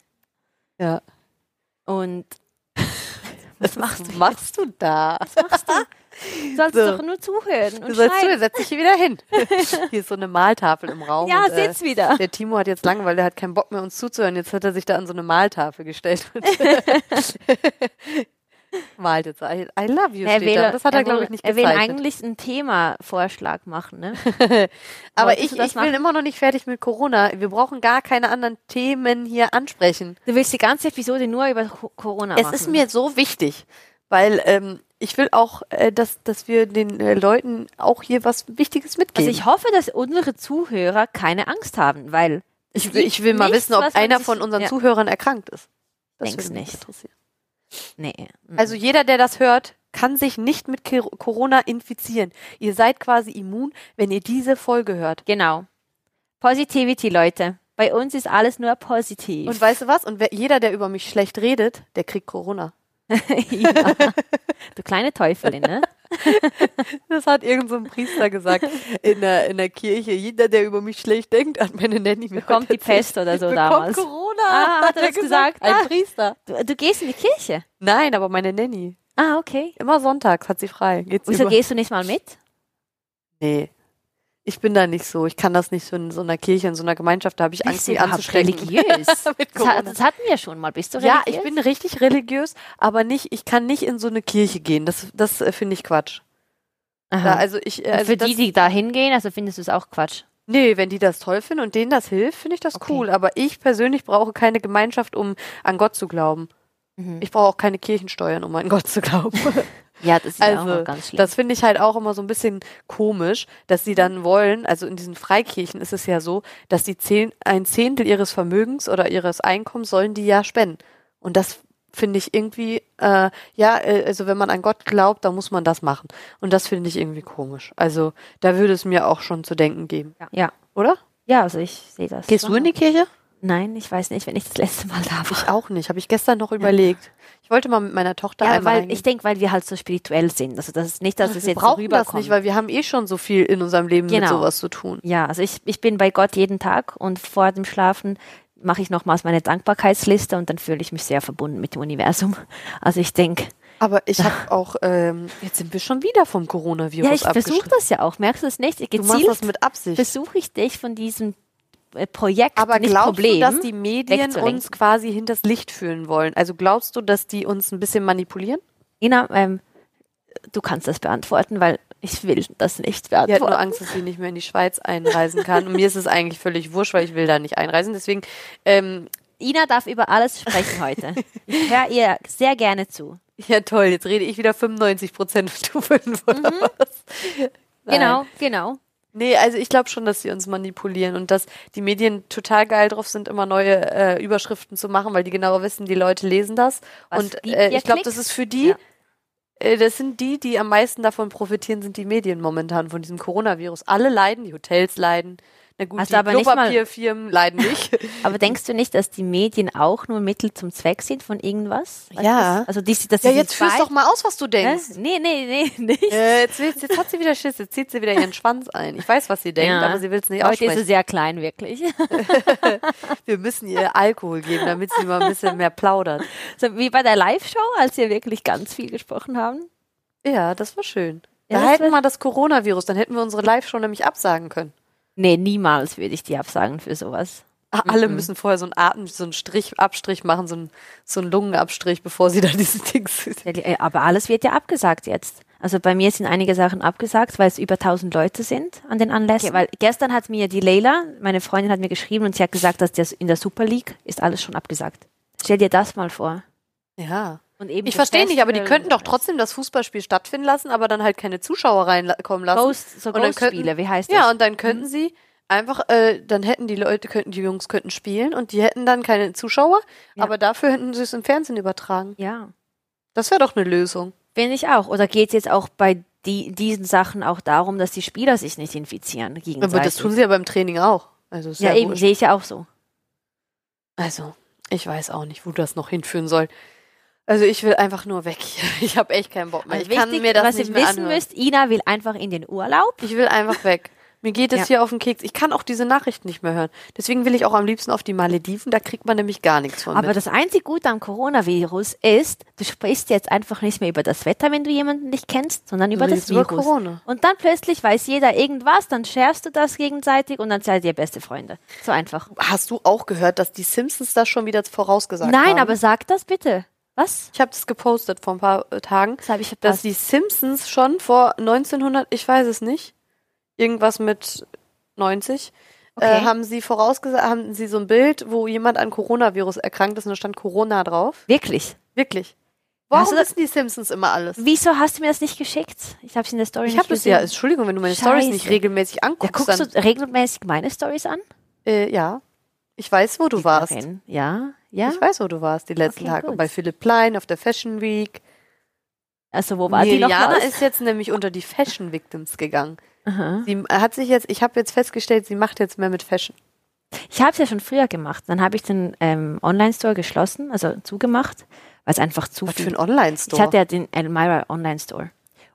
ja. Und Was machst du, machst du da? machst du? Du sollst So. doch nur zuhören und Du sollst schreiben. du, setz dich hier wieder hin. Hier ist so eine Maltafel im Raum. Ja, und, äh, sitz wieder. Der Timo hat jetzt Langeweile, der hat keinen Bock mehr, uns zuzuhören. Jetzt hat er sich da an so eine Maltafel *laughs* gestellt. und Malt jetzt. I, I love you. Er Steht will, da. Das hat er, er glaube will- ich, nicht Er will gezeichnet. eigentlich einen Themavorschlag machen, ne? *laughs* Aber Wolltest ich, du das ich will machen? immer noch nicht fertig mit Corona. Wir brauchen gar keine anderen Themen hier ansprechen. Du willst die ganze Episode nur über Co- Corona machen. Es ist mir so wichtig, weil ähm, ich will auch, äh, dass, dass wir den äh, Leuten auch hier was Wichtiges mitgeben. Also ich hoffe, dass unsere Zuhörer keine Angst haben, weil Ich, gibt ich will mal nichts, wissen, ob was man einer sich- von unseren ja. Zuhörern erkrankt ist. Denk's würde mich nicht. interessieren. nee. Also jeder, der das hört, kann sich nicht mit Ki- Corona infizieren. Ihr seid quasi immun, wenn ihr diese Folge hört. Genau. Positivity, Leute. Bei uns ist alles nur positiv. *laughs* Und weißt du was? Und wer, jeder, der über mich schlecht redet, der kriegt Corona. ja. Du kleine Teufelin, ne? Das hat irgend so ein Priester gesagt in der, in der Kirche. Jeder, der über mich schlecht denkt, hat meine Nanny mir Kommt heute die Pest oder so bekommt damals. Corona. Sauna, Ah, hat er das gesagt? Ein Ah. Priester. Du, du gehst in die Kirche? Nein, aber meine Nanny. Ah, okay. Immer sonntags hat sie frei. Geht sie Wieso über- gehst du nicht mal mit? Nee. Ich bin da nicht so. Ich kann das nicht so in so einer Kirche, in so einer Gemeinschaft. Da habe ich Angst, du mich anzustecken. *laughs* religiös? Mit Das, Corona. ha- das hatten wir schon mal. Bist du ja, religiös? ich bin richtig religiös, aber nicht, ich kann nicht in so eine Kirche gehen. Das, das äh, finde ich Quatsch. Da, Aha. also ich, äh, also Für das, die, die da hingehen, also findest du es auch Quatsch. Nee, wenn die das toll finden und denen das hilft, finde ich das Okay. cool. Aber ich persönlich brauche keine Gemeinschaft, um an Gott zu glauben. Ich brauche auch keine Kirchensteuern, um an Gott zu *laughs* glauben. Ja, das ist ja auch also, noch ganz schlimm. das finde ich halt auch immer so ein bisschen komisch, dass sie dann Mhm. wollen, also in diesen Freikirchen ist es ja so, dass die zehn, ein Zehntel ihres Vermögens oder ihres Einkommens sollen die ja spenden. Und das finde ich irgendwie, äh, ja, äh, also wenn man an Gott glaubt, dann muss man das machen. Und das finde ich irgendwie komisch. Also da würde es mir auch schon zu denken geben, ja. oder? ja, also ich sehe das. Gehst du in die Kirche? Nein, ich weiß nicht, wenn ich das letzte Mal da war. Ich auch nicht. Habe ich gestern noch überlegt. Ich wollte mal mit meiner Tochter Ja, einmal. weil reingehen. ich denke, weil wir halt so spirituell sind. Also das ist nicht, dass es wir jetzt so brauchen das rüberkommt. nicht, weil wir haben eh schon so viel in unserem Leben mit Genau. sowas zu tun. ja, also ich, ich bin bei Gott jeden Tag und vor dem Schlafen mache ich nochmals meine Dankbarkeitsliste und dann fühle ich mich sehr verbunden mit dem Universum. *laughs* Also ich denke, Aber ich *laughs* habe auch, ähm, jetzt sind wir schon wieder vom Coronavirus ja, ich versuche abgeschnitten. das ja auch. Merkst du es nicht? Du machst das Gezielt mit Absicht. versuche ich dich von diesem äh, Projekt, aber nicht glaubst Problem, du, dass die Medien wegzulenken. uns quasi hinters Licht führen wollen? Also glaubst du, dass die uns ein bisschen manipulieren? Ina, ähm, du kannst das beantworten, weil ich will das nicht Die hat nur beantworten. Angst, dass sie nicht mehr in die Schweiz einreisen kann. Und mir ist es eigentlich völlig wurscht, weil ich will da nicht einreisen. Deswegen, ähm, Ina darf über alles sprechen heute. *laughs* Ich höre ihr sehr gerne zu. ja toll, jetzt rede ich wieder 95 Prozent *laughs* du 5 oder was? Nein. Genau, genau. Nee, also ich glaube schon, dass sie uns manipulieren und dass die Medien total geil drauf sind, immer neue äh, Überschriften zu machen, weil die genau wissen, die Leute lesen das. Was und gibt äh, dir ich glaube, Klicks? das ist für die, Ja. äh, das sind die, die am meisten davon profitieren, sind die Medien momentan von diesem Coronavirus. Alle leiden, die Hotels leiden. Na gut, Hast die du aber nicht mal- Klopapierfirmen leiden *laughs* nicht. Aber denkst du nicht, dass die Medien auch nur Mittel zum Zweck sind von irgendwas? Weißt du Ja. das? Also die, dass ja, sie jetzt die führst zwei- doch mal aus, was du Hä? denkst. Nee, nee, *laughs* nee, nicht. Äh, jetzt, jetzt, jetzt hat sie wieder Schiss, jetzt zieht sie wieder ihren Schwanz ein. Ich weiß, was sie denkt, Ja. aber sie will es nicht Heute ist aussprechen. sie sehr klein, wirklich. *laughs* Wir müssen ihr Alkohol geben, damit sie mal ein bisschen mehr plaudert. So wie bei der Live-Show, als wir wirklich ganz viel gesprochen haben. Ja, das war schön. Ja, Da das hätten wir war- mal das Coronavirus, dann hätten wir unsere Live-Show nämlich absagen können. Nee, niemals würde ich die absagen für sowas. Ah, Alle Mhm. müssen vorher so einen Atem, so einen Strich, Abstrich machen, so einen, so einen Lungenabstrich, bevor sie da diesen Ding *laughs* sind. Ja, die- äh, Aber alles wird ja abgesagt jetzt. Also bei mir sind einige Sachen abgesagt, weil es über 1000 Leute sind an den Anlässen. weil gestern hat mir die Leila, meine Freundin, hat mir geschrieben und sie hat gesagt, dass das in der Super League ist alles schon abgesagt. Stell dir das mal vor. Ja. Und eben Ich das verstehe nicht, aber die Festival- könnten doch trotzdem das Fußballspiel stattfinden lassen, aber dann halt keine Zuschauer reinkommen lassen. Ghost, so Und dann könnten- Ghost-Spiele, wie heißt das? Mhm. Ja, und dann könnten sie einfach, äh, dann hätten die Leute, könnten die Jungs könnten spielen und die hätten dann keine Zuschauer, Ja. aber dafür hätten sie es im Fernsehen übertragen. ja. Das wäre doch eine Lösung. Finde ich auch. Oder geht es jetzt auch bei die, diesen Sachen auch darum, dass die Spieler sich nicht infizieren gegenseitig? Aber das tun sie ja beim Training auch. Also ist ja, ja eben, wurscht. sehe ich ja auch so. Also, ich weiß auch nicht, wo das noch hinführen soll. Also, ich will einfach nur weg hier. *laughs* Ich habe echt keinen Bock mehr. Also ich kann wichtig, mir das was nicht ihr mehr wissen anhören. müsst, Ina will einfach in den Urlaub. Ich will einfach weg. Mir geht es Ja. hier auf den Keks. Ich kann auch diese Nachrichten nicht mehr hören. Deswegen will ich auch am liebsten auf die Malediven. Da kriegt man nämlich gar nichts von Aber mit. das einzig Gute am Coronavirus ist, du sprichst jetzt einfach nicht mehr über das Wetter, wenn du jemanden nicht kennst, sondern über redest das Also über Virus. Corona. Und dann plötzlich weiß jeder irgendwas, dann schärfst du das gegenseitig und dann seid ihr beste Freunde. So einfach. Hast du auch gehört, dass die Simpsons das schon wieder vorausgesagt haben? Nein, aber sag das bitte. Was? Ich habe das gepostet vor ein paar äh, Tagen. Das habe ich dass verpasst. die Simpsons schon vor 1900, ich weiß es nicht, irgendwas mit 90, äh, Okay. haben sie vorausgesagt, haben sie so ein Bild, wo jemand an Coronavirus erkrankt ist und da stand Corona drauf. Wirklich. Wirklich. Warum Hast du das- wissen die Simpsons immer alles? Wieso hast du mir das nicht geschickt? Ich habe es in der Story Ich nicht habe das ja, gesehen. Entschuldigung, wenn du meine Scheiße. Stories nicht regelmäßig Ja, anguckst, guckst dann, du regelmäßig meine Stories an? äh, ja. Ich weiß, wo du warst. Darin. Ja, ja. Ich weiß, wo du warst die letzten Okay, Tage. gut. Bei Philipp Plein auf der Fashion Week. Also wo war die Miriana nochmals? ist jetzt nämlich unter die Fashion Victims gegangen. Aha. Sie hat sich jetzt, ich habe jetzt festgestellt, sie macht jetzt mehr mit Fashion. Ich habe es ja schon früher gemacht. Dann habe ich den ähm, Online-Store geschlossen, also zugemacht, weil es einfach zu Was für viel. ein Online-Store? Ich hatte ja den Elmira Online-Store.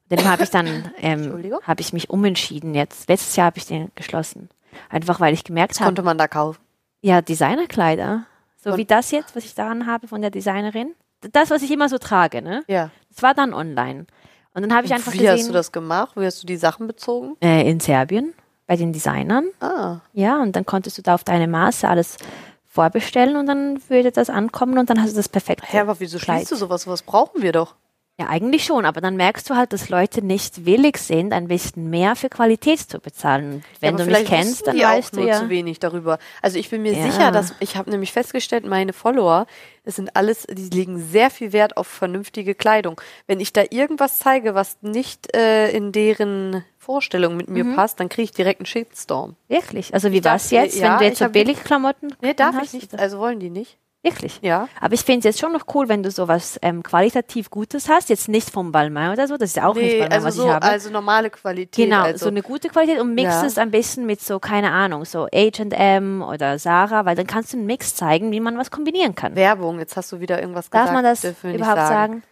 Und Den habe *laughs* ich dann, ähm, Entschuldigung? habe ich mich umentschieden jetzt. Letztes Jahr habe ich den geschlossen. Einfach weil ich gemerkt konnte habe, man da kaufen. ja, Designerkleider So wie das jetzt, was ich daran habe von der Designerin. Das, was ich immer so trage, ne? Ja. Das war dann online. Und dann habe ich einfach Wie gesehen, hast du das gemacht? Wie hast du die Sachen bezogen? Äh, in Serbien bei den Designern. Ah, Ja, und dann konntest du da auf deine Maße alles vorbestellen und dann würde das ankommen und dann hast du das perfekt. Herr, aber wieso Kleid. schließt du sowas? Was brauchen wir doch? Ja, eigentlich schon, aber dann merkst du halt, dass Leute nicht willig sind, ein bisschen mehr für Qualität zu bezahlen. Und Ja, aber Wenn du mich vielleicht kennst, wussten dann die auch weißt du nur ja. zu wenig darüber. Also ich bin mir Ja. sicher, dass ich habe nämlich festgestellt, meine Follower, es sind alles, die legen sehr viel Wert auf vernünftige Kleidung. Wenn ich da irgendwas zeige, was nicht äh, in deren Vorstellung mit Mhm. mir passt, dann kriege ich direkt einen Shitstorm. Wirklich. Also wie dachte, war's jetzt, ja, wenn du jetzt ich so hab wirklich- billig Klamotten Nee, darf ich hast? nicht. Also wollen die nicht? Wirklich. Ja. Aber ich finde es jetzt schon noch cool, wenn du sowas ähm, qualitativ Gutes hast, jetzt nicht vom Balmain oder so, das ist ja auch nicht Nee, Balmain, also was so, ich habe. also normale Qualität. Genau, also. so eine gute Qualität und mixt Ja. es ein bisschen mit so, keine Ahnung, so H&M oder Sarah, weil dann kannst du einen Mix zeigen, wie man was kombinieren kann. Werbung, jetzt hast du wieder irgendwas Darf gesagt. man das dürfen wir nicht überhaupt sagen?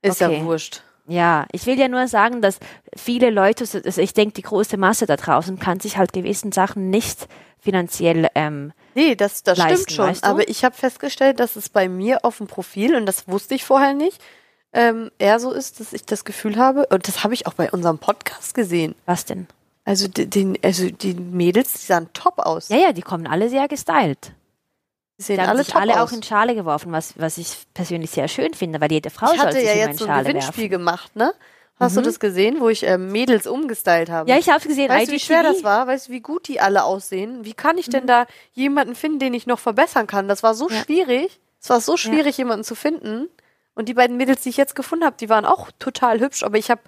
Ist Okay. ja wurscht. Ja, ich will ja nur sagen, dass viele Leute, so- also ich denke, die große Masse da draußen kann sich halt gewissen Sachen nicht finanziell, ähm, Nee, das, das leisten, stimmt schon. weißt du? Aber ich habe festgestellt, dass es bei mir auf dem Profil, und das wusste ich vorher nicht, ähm, eher so ist, dass ich das Gefühl habe, und das habe ich auch bei unserem Podcast gesehen. was denn? Also de- den, also die Mädels, die sahen top aus. Ja, ja, die kommen alle sehr gestylt. Die sehen Die haben alle sich top alle aus. auch in Schale geworfen, was, was ich persönlich sehr schön finde, weil jede Frau ich hatte sollte ja sich jetzt so immer in ein Schale Gewinnspiel werfen. Mhm. gemacht, ne? Hast du das gesehen, wo ich ähm, Mädels umgestylt habe? Ja, ich habe es gesehen. Weißt du, wie IGTV? schwer das war? Weißt du, wie gut die alle aussehen? Wie kann ich Mhm. denn da jemanden finden, den ich noch verbessern kann? Das war so schwierig. Es war so schwierig, jemanden zu finden. Und die beiden Mädels, die ich jetzt gefunden habe, die waren auch total hübsch, aber ich habe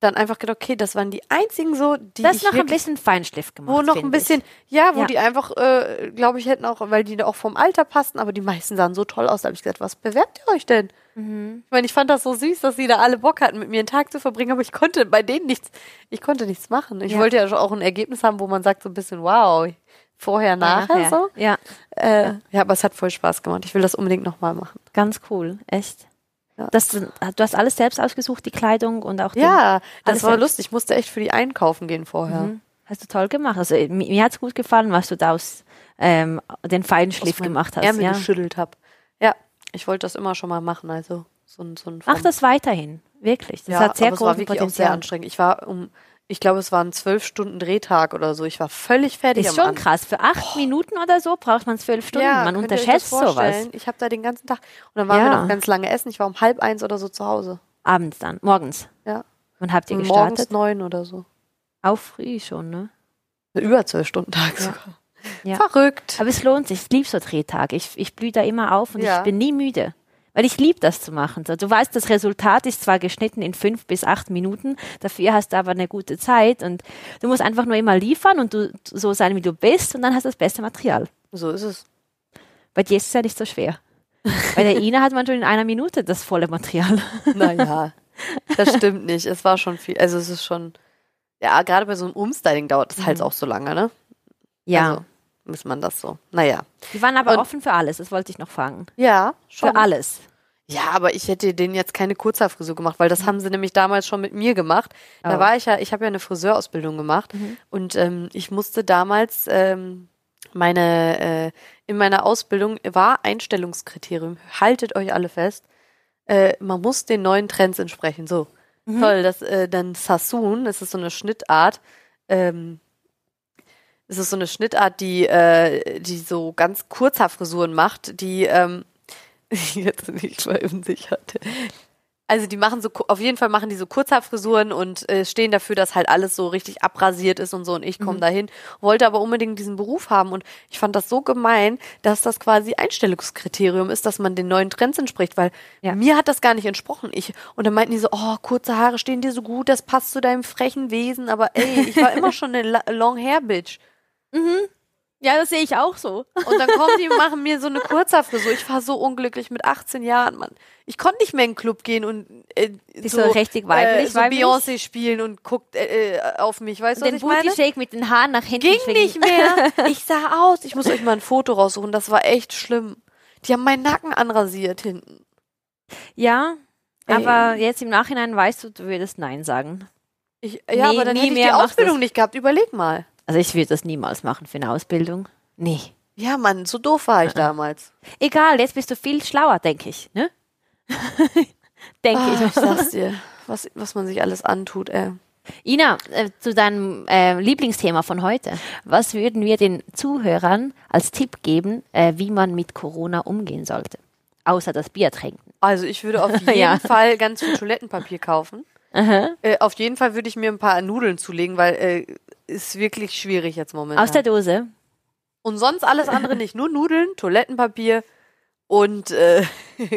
dann einfach gedacht, okay, das waren die einzigen so, die Das ich noch ein wirklich, bisschen Feinschliff gemacht. wo noch finde ein bisschen, ja, wo Ja. die einfach, äh, glaube ich, hätten auch, weil die da auch vom Alter passten, aber die meisten sahen so toll aus, da habe ich gesagt, was bewerbt ihr euch denn? Mhm. Ich meine, ich fand das so süß, dass sie da alle Bock hatten, mit mir einen Tag zu verbringen, aber ich konnte bei denen nichts, ich konnte nichts machen. Ich Ja. wollte ja schon auch ein Ergebnis haben, wo man sagt so ein bisschen, wow, vorher, ich. nachher, Nachher. so. Ja, Äh, ja. aber es hat voll Spaß gemacht. Ich will das unbedingt nochmal machen. ganz cool, echt. Ja. Das, du hast alles selbst ausgesucht, die Kleidung und auch den, Ja, Alles das war selbst. lustig. Ich musste echt für die einkaufen gehen vorher. Mhm. Hast du toll gemacht. Also mir, mir hat's gut gefallen, was du da aus ähm, den Feinschliff gemacht hast. Ärmel Ja. geschüttelt habe. Ja, ich wollte das immer schon mal machen, also so ein, so ein Mach das weiterhin, wirklich. Das ja, hat sehr aber es war großes wirklich auch sehr Potenzial. anstrengend. Ich war um, ich glaube, es waren zwölf Stunden Drehtag oder so. Ich war völlig fertig Ist am schon Anfang. krass. Für acht Minuten oder so braucht man zwölf Stunden. Ja, man könnt ihr euch das unterschätzt sowas. vorstellen? Ich habe da den ganzen Tag und dann waren wir Ja. noch ganz lange essen. Ich war um halb eins oder so zu Hause. Abends dann, morgens. Ja, Und habt ihr morgens gestartet? neun oder so. Auch früh schon, ne? Über zwölf Stunden Tag sogar. Ja. Verrückt. Aber es lohnt sich. Ich liebe so Drehtage. Ich, ich blühe da immer auf und Ja. ich bin nie müde. Weil ich liebe das zu machen. So, Du weißt, das Resultat ist zwar geschnitten in fünf bis acht Minuten, dafür hast du aber eine gute Zeit und du musst einfach nur immer liefern und du so sein, wie du bist und dann hast du das beste Material. So ist es. Bei dir ist es ja nicht so *laughs* schwer. Bei der Ina hat man schon in einer Minute das volle Material. Naja, das stimmt nicht. Es war schon viel. Also es ist schon. Ja, gerade bei so einem Umstyling dauert das halt auch so lange, ne? Mhm. Ja. Also, muss man das so. Naja. Die waren aber Und- offen für alles, das wollte ich noch fragen. Ja, schon. Für alles. Ja, aber ich hätte denen jetzt keine Kurzhaarfrisur gemacht, weil das haben sie nämlich damals schon mit mir gemacht. Da Oh. war ich ja, ich habe ja eine Friseurausbildung gemacht und ähm, ich musste damals ähm, meine äh, in meiner Ausbildung war Einstellungskriterium. Haltet euch alle fest. Äh, man muss den neuen Trends entsprechen. So toll, das äh, dann Sassoon, das ist so eine Schnittart. Ähm, es ist so eine Schnittart, die, äh, die so ganz Kurzhaarfrisuren macht, die ähm, *laughs* jetzt nicht mal im sich hatte. Also die machen so, ku- auf jeden Fall machen die so Kurzhaarfrisuren und äh, stehen dafür, dass halt alles so richtig abrasiert ist und so und ich komme dahin, wollte aber unbedingt diesen Beruf haben und ich fand das so gemein, dass das quasi Einstellungskriterium ist, dass man den neuen Trends entspricht, weil Ja. mir hat das gar nicht entsprochen. Ich, und dann meinten die so, oh, kurze Haare stehen dir so gut, das passt zu deinem frechen Wesen, aber ey, ich war immer schon eine La- Long-Hair-Bitch. Ja, das sehe ich auch so. Und dann kommen die und machen mir so eine Kurzhaarfrisur. Ich war so unglücklich mit 18 Jahren, Mann. Ich konnte nicht mehr in den Club gehen und äh, so richtig weiblich, äh, so weiblich? Beyoncé spielen und guckt äh, äh, auf mich. Weißt du, was Den ich meine? Booty Shake mit den Haaren nach hinten. Ging schwingen. nicht mehr. *laughs* Ich sah aus. Ich muss euch mal ein Foto raussuchen. Das war echt schlimm. Die haben meinen Nacken anrasiert hinten. Ja, aber Ähm. jetzt im Nachhinein weißt du, du würdest Nein sagen. Ich, ja, Nee, aber dann hätte nie ich die mehr macht Ausbildung das. nicht gehabt. Überleg mal. Also ich würde das niemals machen für eine Ausbildung. Nee. Ja, Mann, so doof war Äh, ich damals. Egal, jetzt bist du viel schlauer, denke ich. Ne? *laughs* denke Ah, ich ich. sag's dir, was, was man sich alles antut, ey. Ina, äh, zu deinem äh, Lieblingsthema von heute. Was würden wir den Zuhörern als Tipp geben, äh, wie man mit Corona umgehen sollte? Außer das Bier trinken. Also ich würde auf jeden *laughs* Ja. Fall ganz viel Toilettenpapier kaufen. Äh, auf jeden Fall würde ich mir ein paar Nudeln zulegen, weil äh, ist wirklich schwierig jetzt momentan. Aus der Dose. und sonst alles andere nicht. Nur Nudeln, Toilettenpapier und äh, *laughs*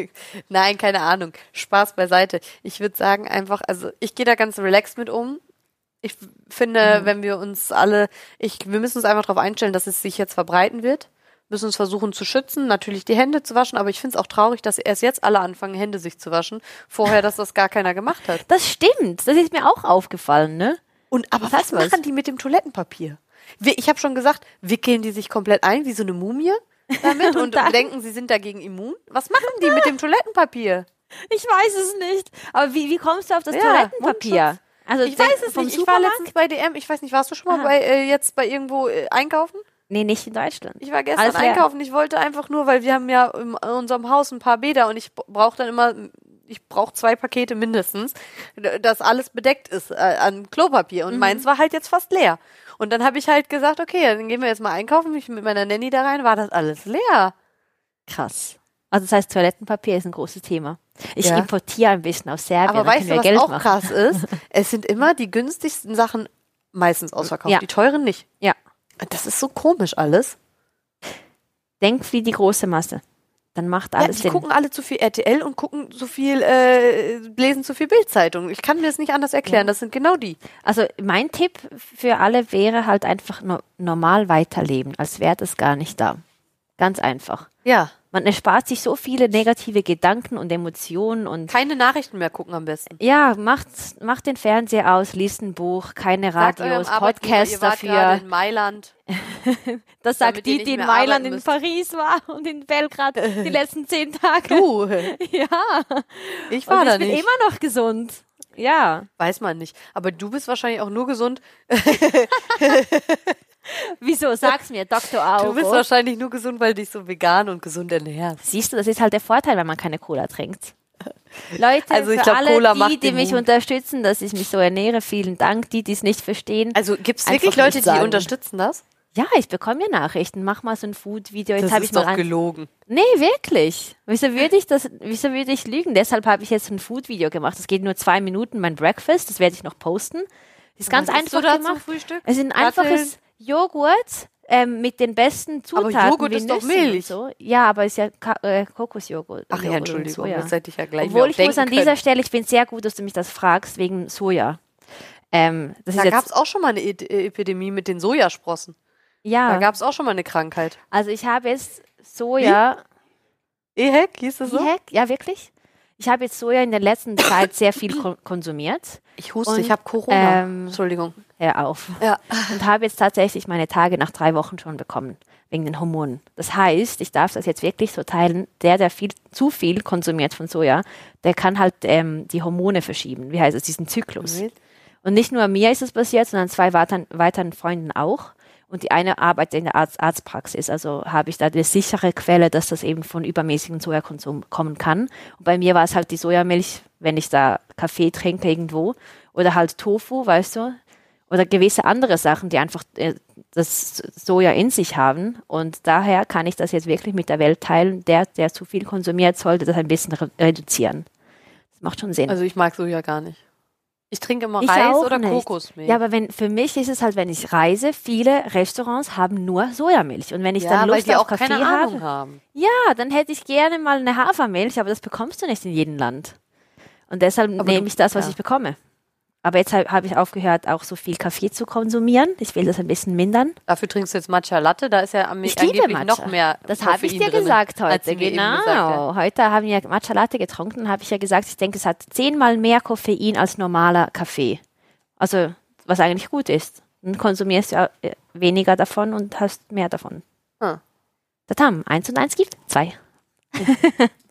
nein, keine Ahnung. Spaß beiseite. Ich würde sagen einfach, also ich gehe da ganz relaxed mit um. Ich f- finde, wenn wir uns alle, ich, wir müssen uns einfach darauf einstellen, dass es sich jetzt verbreiten wird. Müssen uns versuchen zu schützen, natürlich die Hände zu waschen, aber ich finde es auch traurig, dass erst jetzt alle anfangen, Hände sich zu waschen, vorher, dass das gar keiner gemacht hat. Das stimmt. Das ist mir auch aufgefallen, ne? Und aber was heißt was? machen die mit dem Toilettenpapier? Wir, ich habe schon gesagt, wickeln die sich komplett ein wie so eine Mumie *laughs* damit und, denken, sie sind dagegen immun? Was machen die mit dem Toilettenpapier? Ich weiß es nicht. Aber wie, wie kommst du auf das Ja, Toilettenpapier? Also Ich weiß es vom nicht. Ich war Supermarkt? letztens bei DM. Ich weiß nicht, warst du schon mal bei, äh, jetzt bei irgendwo äh, einkaufen? Nee, nicht in Deutschland. Ich war gestern Alles leer. einkaufen. Ich wollte einfach nur, weil wir haben ja in unserem Haus ein paar Bäder und ich brauche dann immer, ich brauche zwei Pakete mindestens, dass alles bedeckt ist äh, an Klopapier. Mhm. Und meins war halt jetzt fast leer. Und dann habe ich halt gesagt, okay, dann gehen wir jetzt mal einkaufen. Ich bin mit meiner Nanny da rein, war das alles leer. Krass. Also das heißt, Toilettenpapier ist ein großes Thema. Ich Ja. importiere ein bisschen aus Serbien, Aber dann weißt können du, wir was Geld auch machen. krass *laughs* ist? Es sind immer die günstigsten Sachen meistens ausverkauft, Ja. die teuren nicht. Ja. Das ist so komisch alles. Denk wie die große Masse. Dann macht alles ja, die Sinn. gucken alle zu viel RTL und gucken so viel, äh, lesen zu viel Bildzeitung. Ich kann mir das nicht anders erklären. Das sind genau die. Also mein Tipp für alle wäre halt einfach no normal weiterleben, als wäre das gar nicht da. Ganz einfach. Ja. Man erspart sich so viele negative Gedanken und Emotionen und Keine Nachrichten mehr gucken am besten. ja, macht, macht den Fernseher aus, liest ein Buch, keine Radios, Podcasts ihr wart gerade dafür. in Mailand. damit Das sagt ihr die, nicht die in mehr Mailand, arbeiten in müsst. Paris *laughs* war und in *laughs* Belgrad die letzten zehn Tage. Du, Ja. ich Und war da ich bin nicht. immer noch gesund. Ja. Weiß man nicht. Aber du bist wahrscheinlich auch nur gesund. Wieso? Sag's mir, Dr. Augo. Du bist wahrscheinlich nur gesund, weil du dich so vegan und gesund ernährst. Siehst du, das ist halt der Vorteil, wenn man keine *laughs* Cola trinkt. Leute, Also ich für glaub, alle Cola die, macht die den mich Mut. unterstützen, dass ich mich so ernähre, vielen Dank. Die, die es nicht verstehen. Also gibt es Einfach wirklich Leute, nicht die sagen. unterstützen das? ja, ich bekomme ja Nachrichten. Mach mal so ein Food-Video. Jetzt Das habe ich ist mal doch ein... gelogen. Nee, wirklich. Wieso würde ich das, wieso würde ich lügen? Deshalb habe ich jetzt ein Food-Video gemacht. Das geht nur zwei Minuten, mein Breakfast. Das werde ich noch posten. Ist ganz Was isst einfach du da zum gemacht. Frühstück? Es ist ein Datteln? einfaches Joghurt ähm, mit den besten Zutaten. Joghurt wie ist doch Nüssen und Milch. So. Ja, aber ist ja Ka äh, Kokosjoghurt. Ach ja, Joghurt und Entschuldigung, Soja. jetzt hätte ich ja gleich mir Obwohl auch ich muss denken an dieser können. Stelle, ich bin sehr gut, dass du mich das fragst, wegen Soja. Ähm, das Da ist gab es jetzt, auch schon mal eine Ed- äh, Epidemie mit den Sojasprossen. Da ja, gab es auch schon mal eine Krankheit. also ich habe jetzt Soja. Ehek hieß das so? Wie heck? Ja, wirklich? Ich habe jetzt Soja in *coughs* der letzten Zeit sehr viel kon konsumiert. Ich huste, Und, ich habe Corona. ähm, Entschuldigung. Hör auf. Ja. und habe jetzt tatsächlich meine Tage nach drei Wochen schon bekommen, wegen den Hormonen. Das heißt, ich darf das jetzt wirklich so teilen, der, der viel, zu viel konsumiert von Soja, der kann halt ähm, die Hormone verschieben, wie heißt es, diesen Zyklus. Und nicht nur mir ist es passiert, sondern zwei weiteren, weiteren Freunden auch. Und die eine arbeitet in der Arzt, Arztpraxis, also habe ich da eine sichere Quelle, dass das eben von übermäßigem Sojakonsum kommen kann. Und bei mir war es halt die Sojamilch, wenn ich da Kaffee trinke irgendwo. Oder halt Tofu, weißt du? Oder gewisse andere Sachen, die einfach äh, das Soja in sich haben. Und daher kann ich das jetzt wirklich mit der Welt teilen. Der, der zu viel konsumiert, sollte das ein bisschen re reduzieren. Das macht schon Sinn. Also ich mag Soja gar nicht. Ich trinke immer Ich Reis auch oder nicht. Kokosmilch. Ja, aber wenn, für mich ist es halt, wenn ich reise, viele Restaurants haben nur Sojamilch. Und wenn ich Ja, dann weil Lust die auf auch Kaffee keine Ahnung habe, haben. ja, dann hätte ich gerne mal eine Hafermilch, aber das bekommst du nicht in jedem Land. Und deshalb Aber nehme du- ich das, was ja. ich bekomme. Aber jetzt hab- habe ich aufgehört, auch so viel Kaffee zu konsumieren. Ich will das ein bisschen mindern. Dafür trinkst du jetzt Matcha Latte, da ist ja am Ich liebe angeblich Matcha. noch mehr. Das habe ich Koffein dir drin, gesagt als heute. sie mir eben Genau. gesagt hat. heute haben wir Matcha Latte getrunken. Habe ich ja gesagt, ich denke, es hat zehnmal mehr Koffein als normaler Kaffee. Also was eigentlich gut ist. Dann konsumierst du ja äh, weniger davon und hast mehr davon. Hm. Tatam, eins und eins gibt zwei.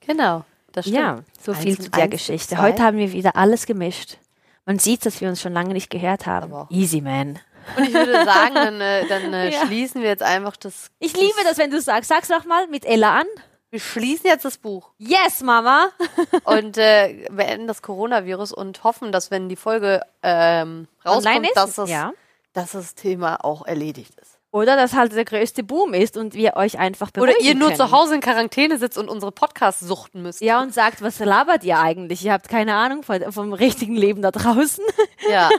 Genau, das stimmt. Ja, so Eins viel und zu der eins gibt Geschichte. zwei. Heute haben wir wieder alles gemischt. Man sieht, dass wir uns schon lange nicht gehört haben. Aber auch- Easy, man. Und ich würde sagen, dann, äh, dann äh, *laughs* Ja. schließen wir jetzt einfach das. Ich liebe das, wenn du sagst. Sag's noch mal mit Elan. Wir schließen jetzt das Buch Yes, Mama. und äh, beenden das Coronavirus und hoffen, dass wenn die Folge ähm, rauskommt, dass das, ja. dass das Thema auch erledigt ist. Oder dass halt der größte Boom ist und wir euch einfach beruhigen Oder ihr nur können. zu Hause in Quarantäne sitzt und unsere Podcasts suchten müsst. Ja, und sagt, was labert ihr eigentlich? Ihr habt keine Ahnung von, vom richtigen Leben *laughs* da draußen. Ja.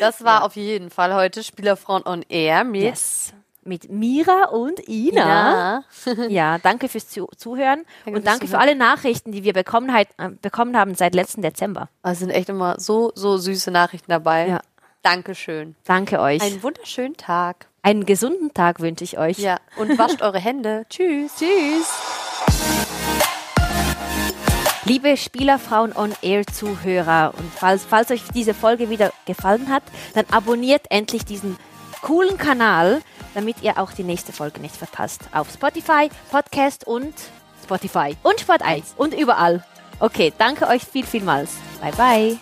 Das war auf jeden Fall heute Spielerfrauen on Air mit Yes. Mit Mira und Ina. Ina. *laughs* Ja, danke fürs zu Zuhören fürs und danke für alle Nachrichten, die wir bekommen, halt, äh, bekommen haben seit letzten Dezember. Also Es sind echt immer so, so süße Nachrichten dabei. Ja. Dankeschön. Danke euch. Einen wunderschönen Tag. Einen gesunden Tag wünsche ich euch. Ja. Und wascht eure Hände. Tschüss. Tschüss. Liebe Spielerfrauen on Air Zuhörer und falls, falls euch diese Folge wieder gefallen hat, dann abonniert endlich diesen coolen Kanal, damit ihr auch die nächste Folge nicht verpasst. Auf Spotify, Podcast und Spotify und Sport 1 und überall. Okay, danke euch viel, vielmals. Bye bye.